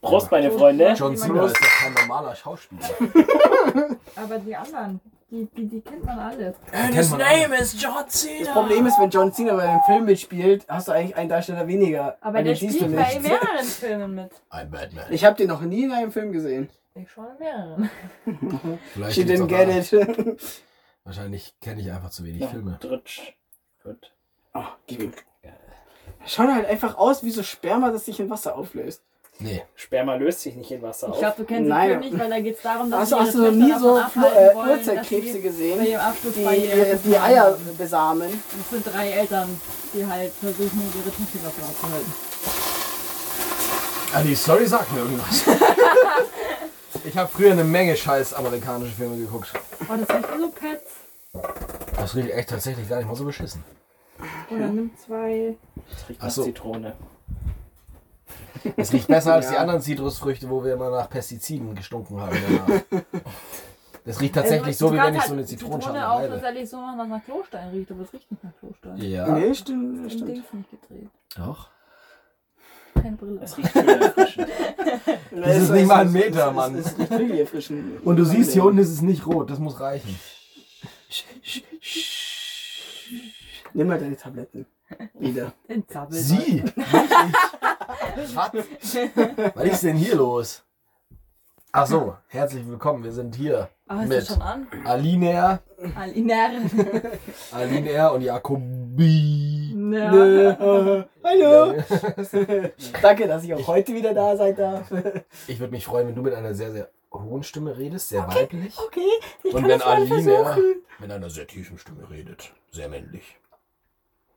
Prost, meine Freunde. John Cena ist doch kein normaler Schauspieler. Aber die anderen, die, die, die kennt man alle. And his name is John Cena. Das Problem ist, wenn John Cena bei einem Film mitspielt, hast du eigentlich einen Darsteller weniger. Aber Weil der den siehst du spielt bei mehreren Filmen mit. Ein Batman. Ich habe den noch nie in einem Film gesehen. Ich schon in mehreren. Vielleicht She liegt's didn't auch get daran. it. Wahrscheinlich kenne ich einfach zu wenig Ja. Filme. Dritsch. Gut. oh, gib ihm. Schaut halt einfach aus wie so Sperma, das sich in Wasser auflöst. Nee. Sperma löst sich nicht in Wasser Ich auf. glaube, du kennst den Nein. Film nicht, weil da geht es darum, dass Hast, du- ihre Also hast du noch Töchter nie so davon Flo- abhalten äh, wollen, dass Urzeitkrebse sie gesehen, bei die, ihrem Abschluss bei die, äh, ihr- die Eier besamen? Das sind drei Eltern, die halt versuchen, ihre Töchter davon abzuhalten. Ah, die Story sagt mir irgendwas. ich habe früher eine Menge scheiß amerikanische Filme geguckt. Oh, das heißt so Pets. Das riecht echt tatsächlich gar nicht mal so beschissen. Oder nimm zwei. Das riecht Ach nach so. Zitrone. Es riecht besser als die Ja. anderen Zitrusfrüchte, wo wir immer nach Pestiziden gestunken haben. Danach. Das riecht Äh, tatsächlich so, wie wenn ich halt so eine Zitronenschale Zitrone auf, das reibe. ehrlich so nach, nach Klostein riecht, aber es riecht nicht nach Klostein. Ja. Nee, stimmt, Ich stimmt. Dings nicht gedreht. Doch. Keine Brille. Das riecht schön erfrischend. Das Also ist nicht mal ein Meter, Mann. Das ist richtig erfrischend. Und du siehst, hier unten ist es nicht rot. Das muss reichen. Nimm mal deine Tabletten. Wieder. Den Zappel. Sie! nicht ich. Was? Was ist denn hier los? Ach so, herzlich willkommen. Wir sind hier Ah, ist mit das schon an? Alinea, Alinär. Alinea und Jakobi. Ja. Hallo. Danke, dass ich auch heute wieder da sein darf. Ich würde mich freuen, wenn du mit einer sehr, sehr hohen Stimme redest, sehr weiblich. Okay, ich Und kann wenn es mal Alinea versuchen. mit einer sehr tiefen Stimme redet, sehr männlich.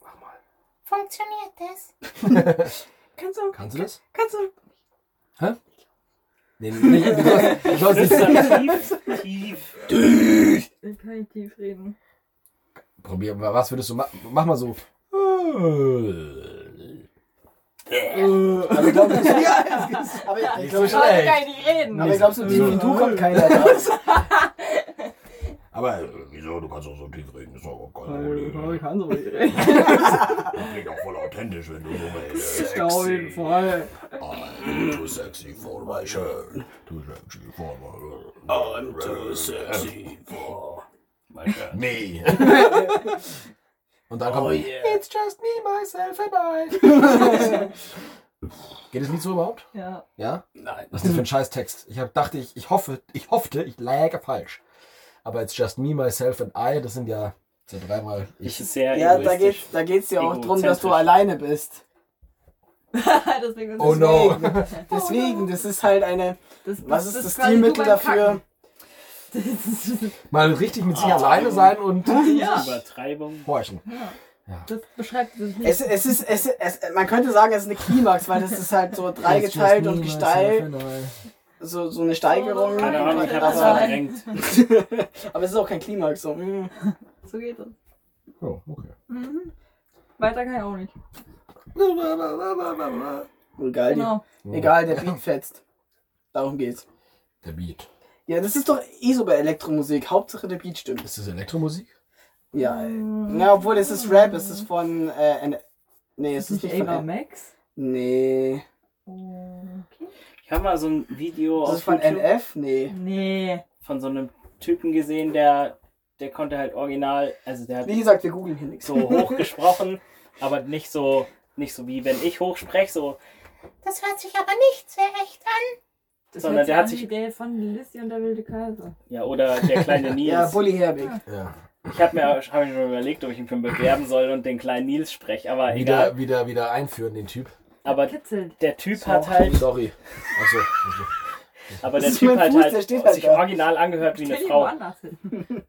Mach mal. Funktioniert das? Kannst du, Kannst du das? kannst du. Nee, nee, du sollst, du sollst nicht. Flüstern tief, tief. Ich kann nicht tief reden. Probier, mal, was würdest du machen? Mach mal so. Aber glaubst du, ja, das gibt's. aber ich Nicht glaube so schon. schlecht. ich kann nicht reden. Aber glaubst du, tief wie du kommt keiner da? Aber äh, wieso? Du kannst auch so tief reden, das ist auch kein Problem. kann so reden. Das klingt auch voll authentisch, wenn du so redest. Ich auf jeden Fall. I'm too sexy for my shirt. Too sexy for my I'm too sexy for me. Und dann kommt. Oh It's just me, myself and I. Geht das Lied so überhaupt? Ja. Ja? Nein. Was ist das für ein Scheißtext? Ich hab, dachte, ich, ich hoffe, ich hoffte, ich läge falsch. Aber it's just me, myself and I, das sind ja, das sind ja dreimal Ich ich. ist sehr Ja, da egoistisch. geht da geht's dir auch drum, dass du Egozentrisch. alleine bist. Deswegen ist Oh es- no. Deswegen, das ist halt eine. das, Was das ist das quasi Stilmittel du beim dafür? Kacken. Das ist- Mal richtig mit sich alleine sein und Ja. Übertreibung. horchen. Das beschreibt es nicht. Es, es ist, es, es, man könnte sagen, es ist eine Klimax, weil das ist halt so It's just dreigeteilt me, und myself gesteilt, and I. so, so eine Steigerung. Keine Ahnung, ich habe das aber, verdrängt. aber es ist auch kein Klimax. So. mm. So geht es. Oh, okay. Mhm. Weiter kann ich auch nicht. Egal, Genau. die, egal, der Beat fetzt. Darum geht's. Der Beat. Ja, das ist doch eh so bei Elektromusik. Hauptsache der Beat stimmt. Ist das Elektromusik? Ja. ey. Mhm. Na, obwohl es ist Rap, es ist von. Äh, N nee, es ist nicht von. Ava N Max. nee. Okay. Ich habe mal so ein Video Ist es auf von YouTube NF? Nee. Nee. von so einem Typen gesehen, der, der konnte halt original, also der hat Wie gesagt, wir googeln hier nichts. so hoch gesprochen, aber nicht so, nicht so wie wenn ich hoch spreche, so Das hört sich aber nicht sehr echt an. Das Sondern hört der hat an sich- wie der von Lissy und der wilde Kaiser. Ja, oder der kleine Nils. Ja, Bully Herbig. Ja. ich habe mir hab ich schon überlegt, ob ich mich bewerben soll und den kleinen Nils spreche, aber egal. Wieder, wieder, wieder einführen, den Typ. Aber Kitzelt. der Typ hat halt, Sorry. Achso. aber der Das ist Typ mein hat Fuß, der halt steht halt sich da. original angehört wie eine Stell ihn Frau. woanders hin.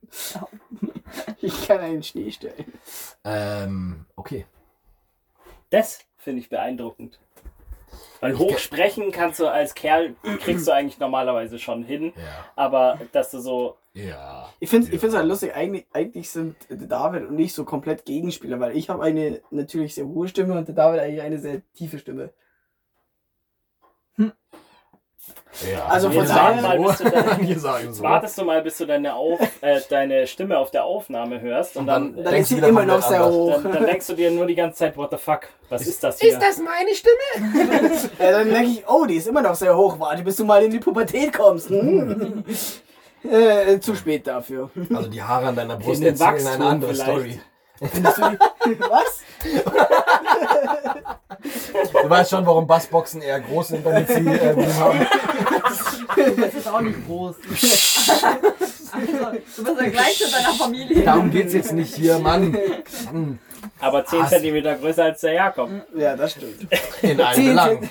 Ich kann einen Schnee stellen. Ähm, okay. Das finde ich beeindruckend. Weil hochsprechen kannst du als Kerl, kriegst du eigentlich normalerweise schon hin, Ja. aber dass du so, Ja. Ich finde es ich find's halt lustig, eigentlich, eigentlich sind David und ich so komplett Gegenspieler, weil ich habe eine natürlich sehr hohe Stimme und der David eigentlich eine sehr tiefe Stimme. Ja, Also Wir von wir sagen mal, daher- bis du deine, wir sagen so. wartest du mal, bis du deine, auf, äh, deine Stimme auf der Aufnahme hörst und dann, Dann- Dann Denkst ist du sie wieder immer noch komplett sehr anders. hoch. dann, dann denkst du dir nur die ganze Zeit, what the fuck, was ist das hier? das meine Stimme? Ja, dann denke ich, oh, die ist immer noch sehr hoch. Warte, bis du mal in die Pubertät kommst. Hm. äh, zu spät dafür. Also die Haare an deiner Brust In den erzählen Wachstum eine andere vielleicht. Story. Findest du die? Was? Du weißt schon, warum Bassboxen eher groß sind, damit sie äh, Blumen haben. Das ist auch nicht groß. also, du bist ja gleich zu deiner Familie. Darum geht's jetzt nicht hier, Mann. Mann. Aber 10 Hass. cm größer als der Jakob. Ja, das stimmt. In einem Zehn- Belang.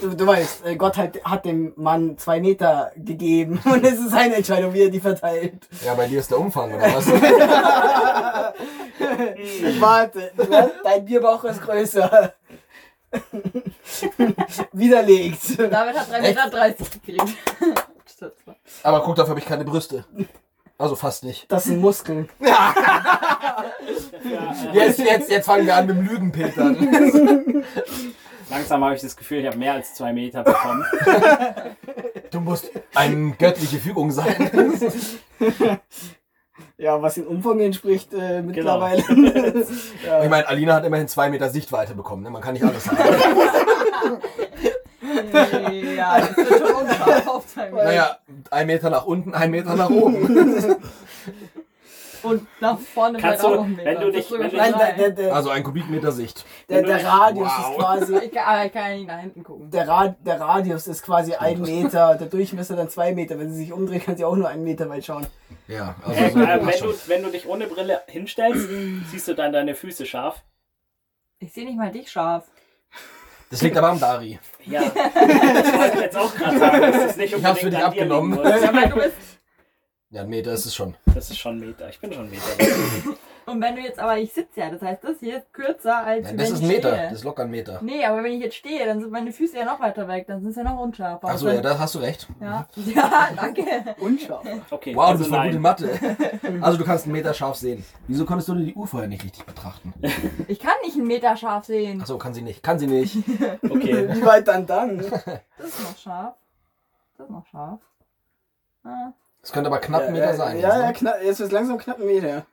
Du, du weißt, äh, Gott hat, hat dem Mann zwei Meter gegeben und es ist seine Entscheidung, wie er die verteilt. Ja, bei dir ist der Umfang, oder was? Mhm. Warte, du- dein Bierbauch ist größer. Widerlegt. David hat 3,30 Meter gekriegt. Stimmt. Aber guck, dafür habe ich keine Brüste. Also fast nicht. Das sind Muskeln. Jetzt, jetzt, jetzt fangen wir an mit dem Lügen, Peter. Langsam habe ich das Gefühl, ich habe mehr als 2 Meter bekommen. Du musst eine göttliche Fügung sein. Ja, was in Umfang entspricht äh, mittlerweile. ja. Ich meine, Alina hat immerhin zwei Meter Sichtweite bekommen. Ne? Man kann nicht alles haben. Ja, das wird schon unscharf auf seinem Naja, ein Meter nach unten, ein Meter nach oben. Und nach vorne Kannst wird auch du- noch ein Meter. wenn du Das dich- ist sogar wenn du Nein, schon der, drei. der, der, Also ein Kubikmeter Sicht. der, der Radius ist quasi. Ich, kann- ah, ich kann ja nicht nach hinten gucken. Der, Ra der Radius ist quasi ein Meter, der Durchmesser dann zwei Meter. Wenn sie sich umdreht, kann sie auch nur einen Meter weit schauen. Ja, Äh, also äh, so passt wenn, schon. du, wenn du dich ohne Brille hinstellst, siehst du dann deine Füße scharf. Ich sehe nicht mal dich scharf. Das liegt aber am Dari. Ja. Ich wollte jetzt auch gerade sagen, dass das nicht Ich hab's für unbedingt dich an dir liegen abgenommen. muss. Ja, weil du bist. Ja, ein Meter ist es schon. Das ist schon ein Meter. Ich bin schon ein Meter. Und wenn du jetzt, aber ich sitze ja, das heißt, das hier ist kürzer als Nein, wenn das ist ich ein Meter. stehe. Das ist locker ein Meter. Nee, aber wenn ich jetzt stehe, dann sind meine Füße ja noch weiter weg, dann sind sie ja noch unscharf. Achso, ja, da hast du recht. ja. ja, danke. Unscharf. Okay, Wow, du also bist voll gut nein. in Mathe. Also du kannst einen Meter scharf sehen. Wieso konntest du die Uhr vorher nicht richtig betrachten? Ich kann nicht einen Meter scharf sehen. Achso, kann sie nicht. Kann sie nicht. Okay. Wie weit dann dann? Das ist noch scharf. Das ist noch scharf. Ah. Es könnte aber knapp ein Meter sein. Ja, ja, also. knapp, jetzt wird langsam knapp ein Meter.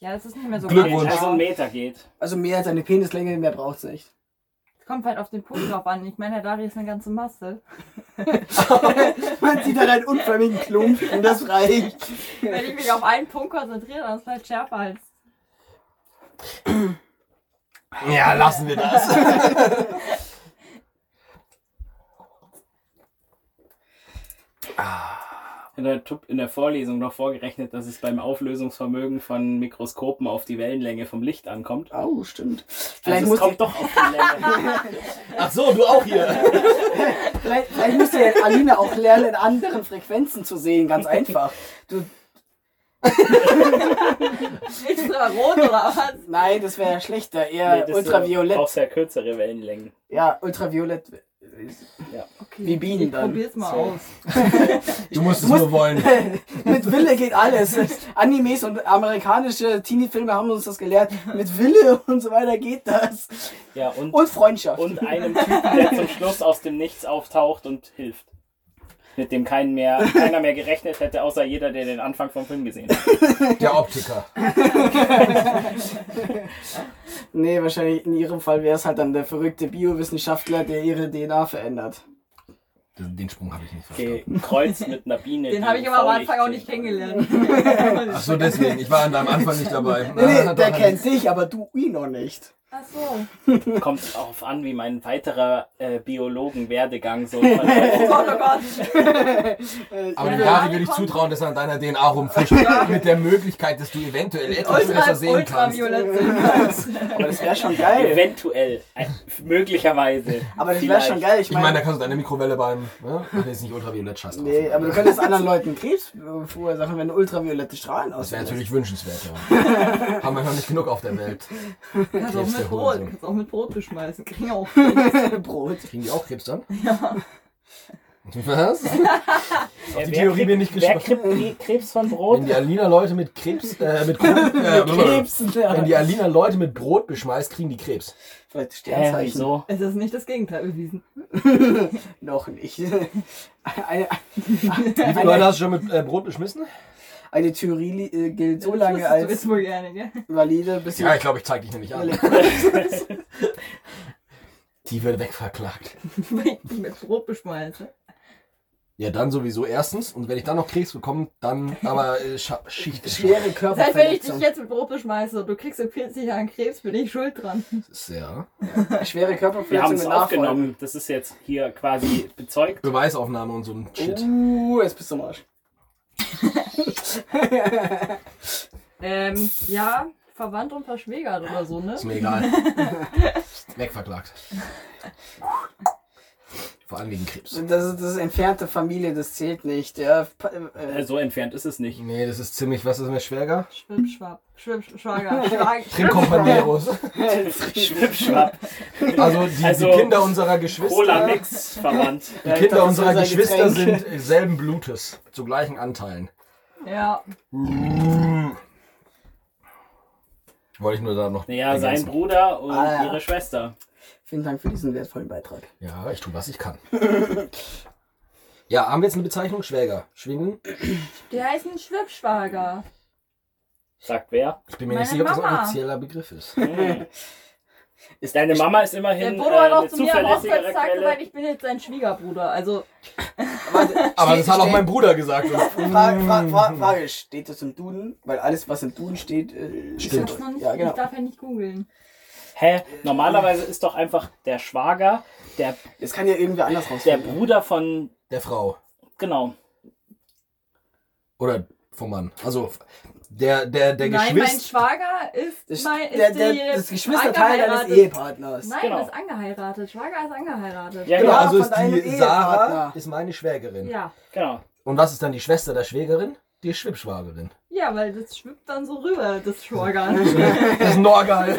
Ja, das ist nicht mehr so Glückwunsch. ganz Also ein scharf. Meter geht. Also mehr als eine Penislänge, mehr braucht's nicht. Es kommt halt auf den Punkt drauf an. Ich meine, der Dari ist eine ganze Masse. Man sieht halt einen unförmigen Klumpen, das reicht. Wenn ich mich auf einen Punkt konzentriere, dann ist es vielleicht schärfer als. ne? ja, lassen wir das. In der, Tup- in der Vorlesung noch vorgerechnet, dass es beim Auflösungsvermögen von Mikroskopen auf die Wellenlänge vom Licht ankommt. Au, stimmt. Vielleicht Also es muss kommt doch auf die Länge. Ach so, du auch hier. Vielleicht, vielleicht müsste ja Alina auch lernen, in anderen Frequenzen zu sehen, ganz einfach. Du, Infrarot oder was? nein, das wäre ja schlechter, Nee, eher das ultraviolett. Auch sehr kürzere Wellenlängen. Ja, ultraviolett. Okay. Wie Bienen ich dann. probier's mal So. aus. Du musst es Muss- nur wollen. Mit Wille geht alles. Animes und amerikanische Teenie-Filme haben uns das gelehrt. Mit Wille und so weiter geht das. Ja, und, und, Und Freundschaft. einem Typen, der zum Schluss aus dem Nichts auftaucht und hilft. Mit dem kein mehr, keiner mehr gerechnet hätte, außer jeder, der den Anfang vom Film gesehen hat. Der Optiker. Nee, wahrscheinlich in ihrem Fall wäre es halt dann der verrückte Biowissenschaftler, der ihre DNA verändert. Den den Sprung habe ich nicht verstanden. Gekreuzt mit einer Biene. Den die habe ich aber am UV-Licht Anfang auch sehen nicht kann. kennengelernt. Ach so, deswegen. Ich war an deinem Anfang nicht dabei. Nee, Ah, nee, doch, der dann- kennt dich, aber du ihn noch nicht. Ach so. Kommt darauf an, wie mein weiterer äh, Biologen-Werdegang so verläuft. Oh Gott, oh Gott. Aber dem Ja, der Dari Dari würde ich kommt- zutrauen, dass er an deiner DNA rumfischt. Mit der Möglichkeit, dass du eventuell etwas besser Ultra, sehen kannst. ultraviolett sehen kannst. Aber das wäre schon geil. Eventuell. Äh, möglicherweise. Aber das wäre schon Vielleicht. geil. Ich Ich meine, da meine, kannst du deine Mikrowelle beim. Ne? Ach, jetzt nicht ultraviolett, scheiß drauf. nee, aber du könntest anderen Leuten Krebs äh, verursachen, wenn du ultraviolette Strahlen Das wäre auswählst. natürlich wünschenswert, ja. Haben wir noch nicht genug auf der Welt. Kannst auch Krebs der mit Brot, Hurensohn. kannst auch mit Brot beschmeißen. Kriegen auch. Brot. Kriegen die auch Krebs dann? Was? Äh, die wer Theorie kriegt- bin ich Wer gespannt. kriegt die Krebs von Brot? Wenn die Alina Leute mit Krebs, äh, mit, Kuchen, äh, Krebsen, ja. wenn die Alina Leute mit Brot beschmeißt, kriegen die Krebs. Vielleicht Äh, Sternzeichen. wieso? Es ist nicht das Gegenteil bewiesen. Noch nicht. Eine, Wie viele Leute hast du schon mit äh, Brot beschmissen? eine Theorie li- äh, gilt so Das lange wusstest Du als jetzt wohl gerne, gell? valide, bis sie Ja, ich glaube, ich zeig dich nämlich an. Die wird wegverklagt. Wenn ich mit Brot beschmeiße. Ja, dann sowieso erstens. Und wenn ich dann noch Krebs bekomme, dann aber äh, Scha- Schicht. ist schwere Das heißt, wenn ich dich Körperverletzung. jetzt mit Brot beschmeiße und du kriegst in 40 Jahren Krebs, bin ich schuld dran. Ja. Schwere Wir haben Körperverletzung es und Nachfolgen. aufgenommen. Das ist jetzt hier quasi bezeugt. Beweisaufnahme und so ein Shit. Uh, jetzt bist du am Arsch. Ähm, ja, verwandt und verschwägert oder so, ne? Ist mir egal. Wegverklagt. Vor allem wegen Krebs. Das ist, das ist entfernte Familie, das zählt nicht. Ja, Pa- äh, Äh, so entfernt ist es nicht. Nee, das ist ziemlich, was ist mir schwerger? Schwipp, schwapp, schwipp, schwager, schwag, Trinkkompanieros. Schwippschwapp. Also die, Also, die Kinder unserer Geschwister. Cola-Mix verwandt. Die Ja, Kinder das ist unserer unser Geschwister Getränk. sind selben Blutes, zu gleichen Anteilen. Ja, Hm. Wollte ich nur da noch. Naja, sein ergänzen. Bruder und Ah, ja. ihre Schwester. vielen Dank für diesen wertvollen Beitrag. Ja, ich tue, was ich kann. Ja, haben wir jetzt eine Bezeichnung? Schwäger. Schwingen? die heißen Schwippschwager. Sagt wer? Hm. Ich bin mir Meine nicht sicher, ob das ein Mama. offizieller Begriff ist. Ist Deine Mama ist Der immerhin äh, Bodo hat auch eine zu mir am zuverlässigere Hochzeitstag gesagt, Quelle. ich bin jetzt sein Schwiegerbruder. Also, Aber das hat auch mein Bruder gesagt. Frage, Frage, Frage, Frage, steht das im Duden? Weil alles, was im Duden steht, äh, ich, Stimmt. Ist hab's noch nicht, ja, ich genau. darf ja nicht googeln. Hä? Normalerweise ist doch einfach der Schwager, der, Es kann ja irgendwer anders der rausfinden. Bruder von. Der Frau. Genau. Oder vom Mann. Also, der, der, der Nein, mein Geschwist. Schwager ist, Das, mein, ist der, der, die das Geschwisterteil deines angeheiratet- Ehepartners. Nein, Genau. ist angeheiratet. Schwager ist angeheiratet. Ja, genau. Genau, Ja, also von ist deinem die Ehepartner. Sarah ist meine Schwägerin. Ja. genau. Und was ist dann die Schwester der Schwägerin? Die Schwippschwagerin. ja, weil das schwimmt dann so rüber, das Schwager. Das ist Norgal.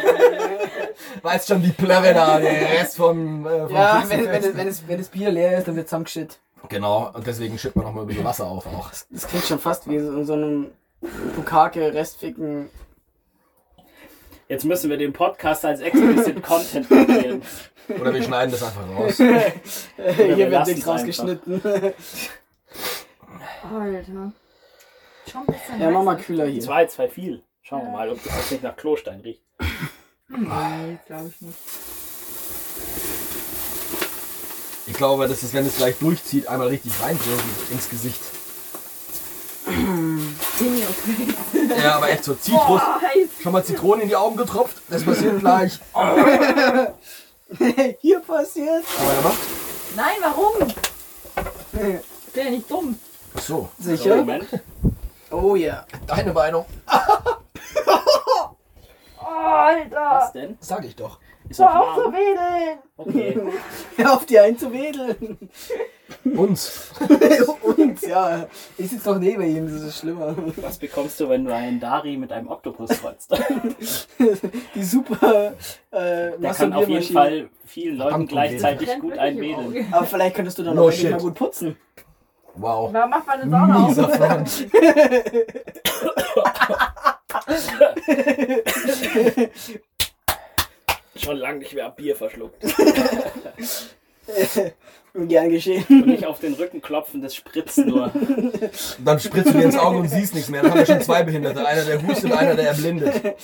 Weiß schon die Plörre da, der Rest vom. Äh, vom Ja, Fixen- wenn, wenn, es- wenn, es, wenn das Bier leer ist, dann wird zusammengeschüttet. Genau, und deswegen schüttet man nochmal über die Wasser auf auch. Das klingt schon fast wie so in so einem Bukake restficken Jetzt müssen wir den Podcast als explicit Content markieren. Oder wir schneiden das einfach raus. wir Hier wird lassen nichts es rausgeschnitten. Alter. Schon ein bisschen Ja, mach mal heiß. kühler hier. Zwei, jetzt zwei viel. Schauen wir mal, ob das jetzt nicht nach Klostein riecht. Nee, glaube ich nicht. Ich glaube, das ist, wenn es gleich durchzieht, einmal richtig reinbringt ins Gesicht. Ja, aber echt so Zitrus. Boah, heiß. Schon mal Zitrone in die Augen getropft. Das passiert gleich. Hier passiert. Aber er macht. Nein, warum? Ich bin ja nicht dumm. Ach so. So, Sicher? Moment. Oh ja. Deine Meinung. Oh, Alter. Was denn? Sag ich doch. Ist euch warm? wedeln. Okay. Hör auf die einzuwedeln. Uns. Und ja, ich sitze noch neben ihm, das ist schlimmer. Was bekommst du, wenn du einen Dari mit einem Oktopus kreuzt? Die super äh, Der kann auf jeden Masturbiermaschine. Fall vielen Leuten Verdammt Halt gut wedeln. gleichzeitig Brennt gut wirklich im einwedeln. Auge. Aber vielleicht könntest du dann No auch endlich shit. mal gut putzen. Wow. Warum macht man eine Sauna auf? Mieser Freund. Schon lange nicht mehr Bier verschluckt. Gern geschehen. Und nicht auf den Rücken klopfen, das spritzt nur. Dann spritzt du dir ins Auge und siehst nichts mehr. Dann haben wir schon zwei Behinderte. Einer, der hustet, einer, der erblindet.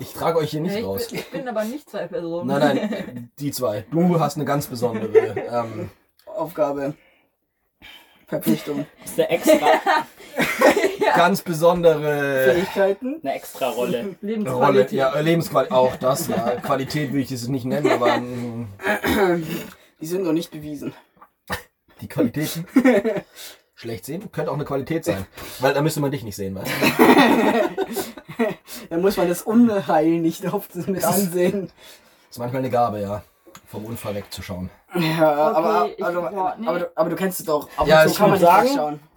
Ich trage euch hier Ja, nicht Ich raus. bin, ich bin aber nicht zwei Personen. Nein, nein, die zwei. Du hast eine ganz besondere. Ähm, Aufgabe. Verpflichtung. Das ist eine extra, Ganz besondere Fähigkeiten. eine extra Rolle. Rolle. Lebensqualität. Ja, Lebensqualität. Auch das, ja. Qualität will ich das nicht nennen, aber mm, Die sind noch nicht bewiesen. die Qualitäten. Schlecht sehen? Könnte auch eine Qualität sein. Weil da müsste man dich nicht sehen, weißt du? Da muss man das Unheil nicht oft mit ansehen. Ist manchmal eine Gabe, ja. Vom Unfall wegzuschauen. Ja, Okay, aber, ich- aber, boah, nee. aber, du- aber du kennst es doch. Ab und Ja, zu ich kann man würd nicht sagen- wegschauen.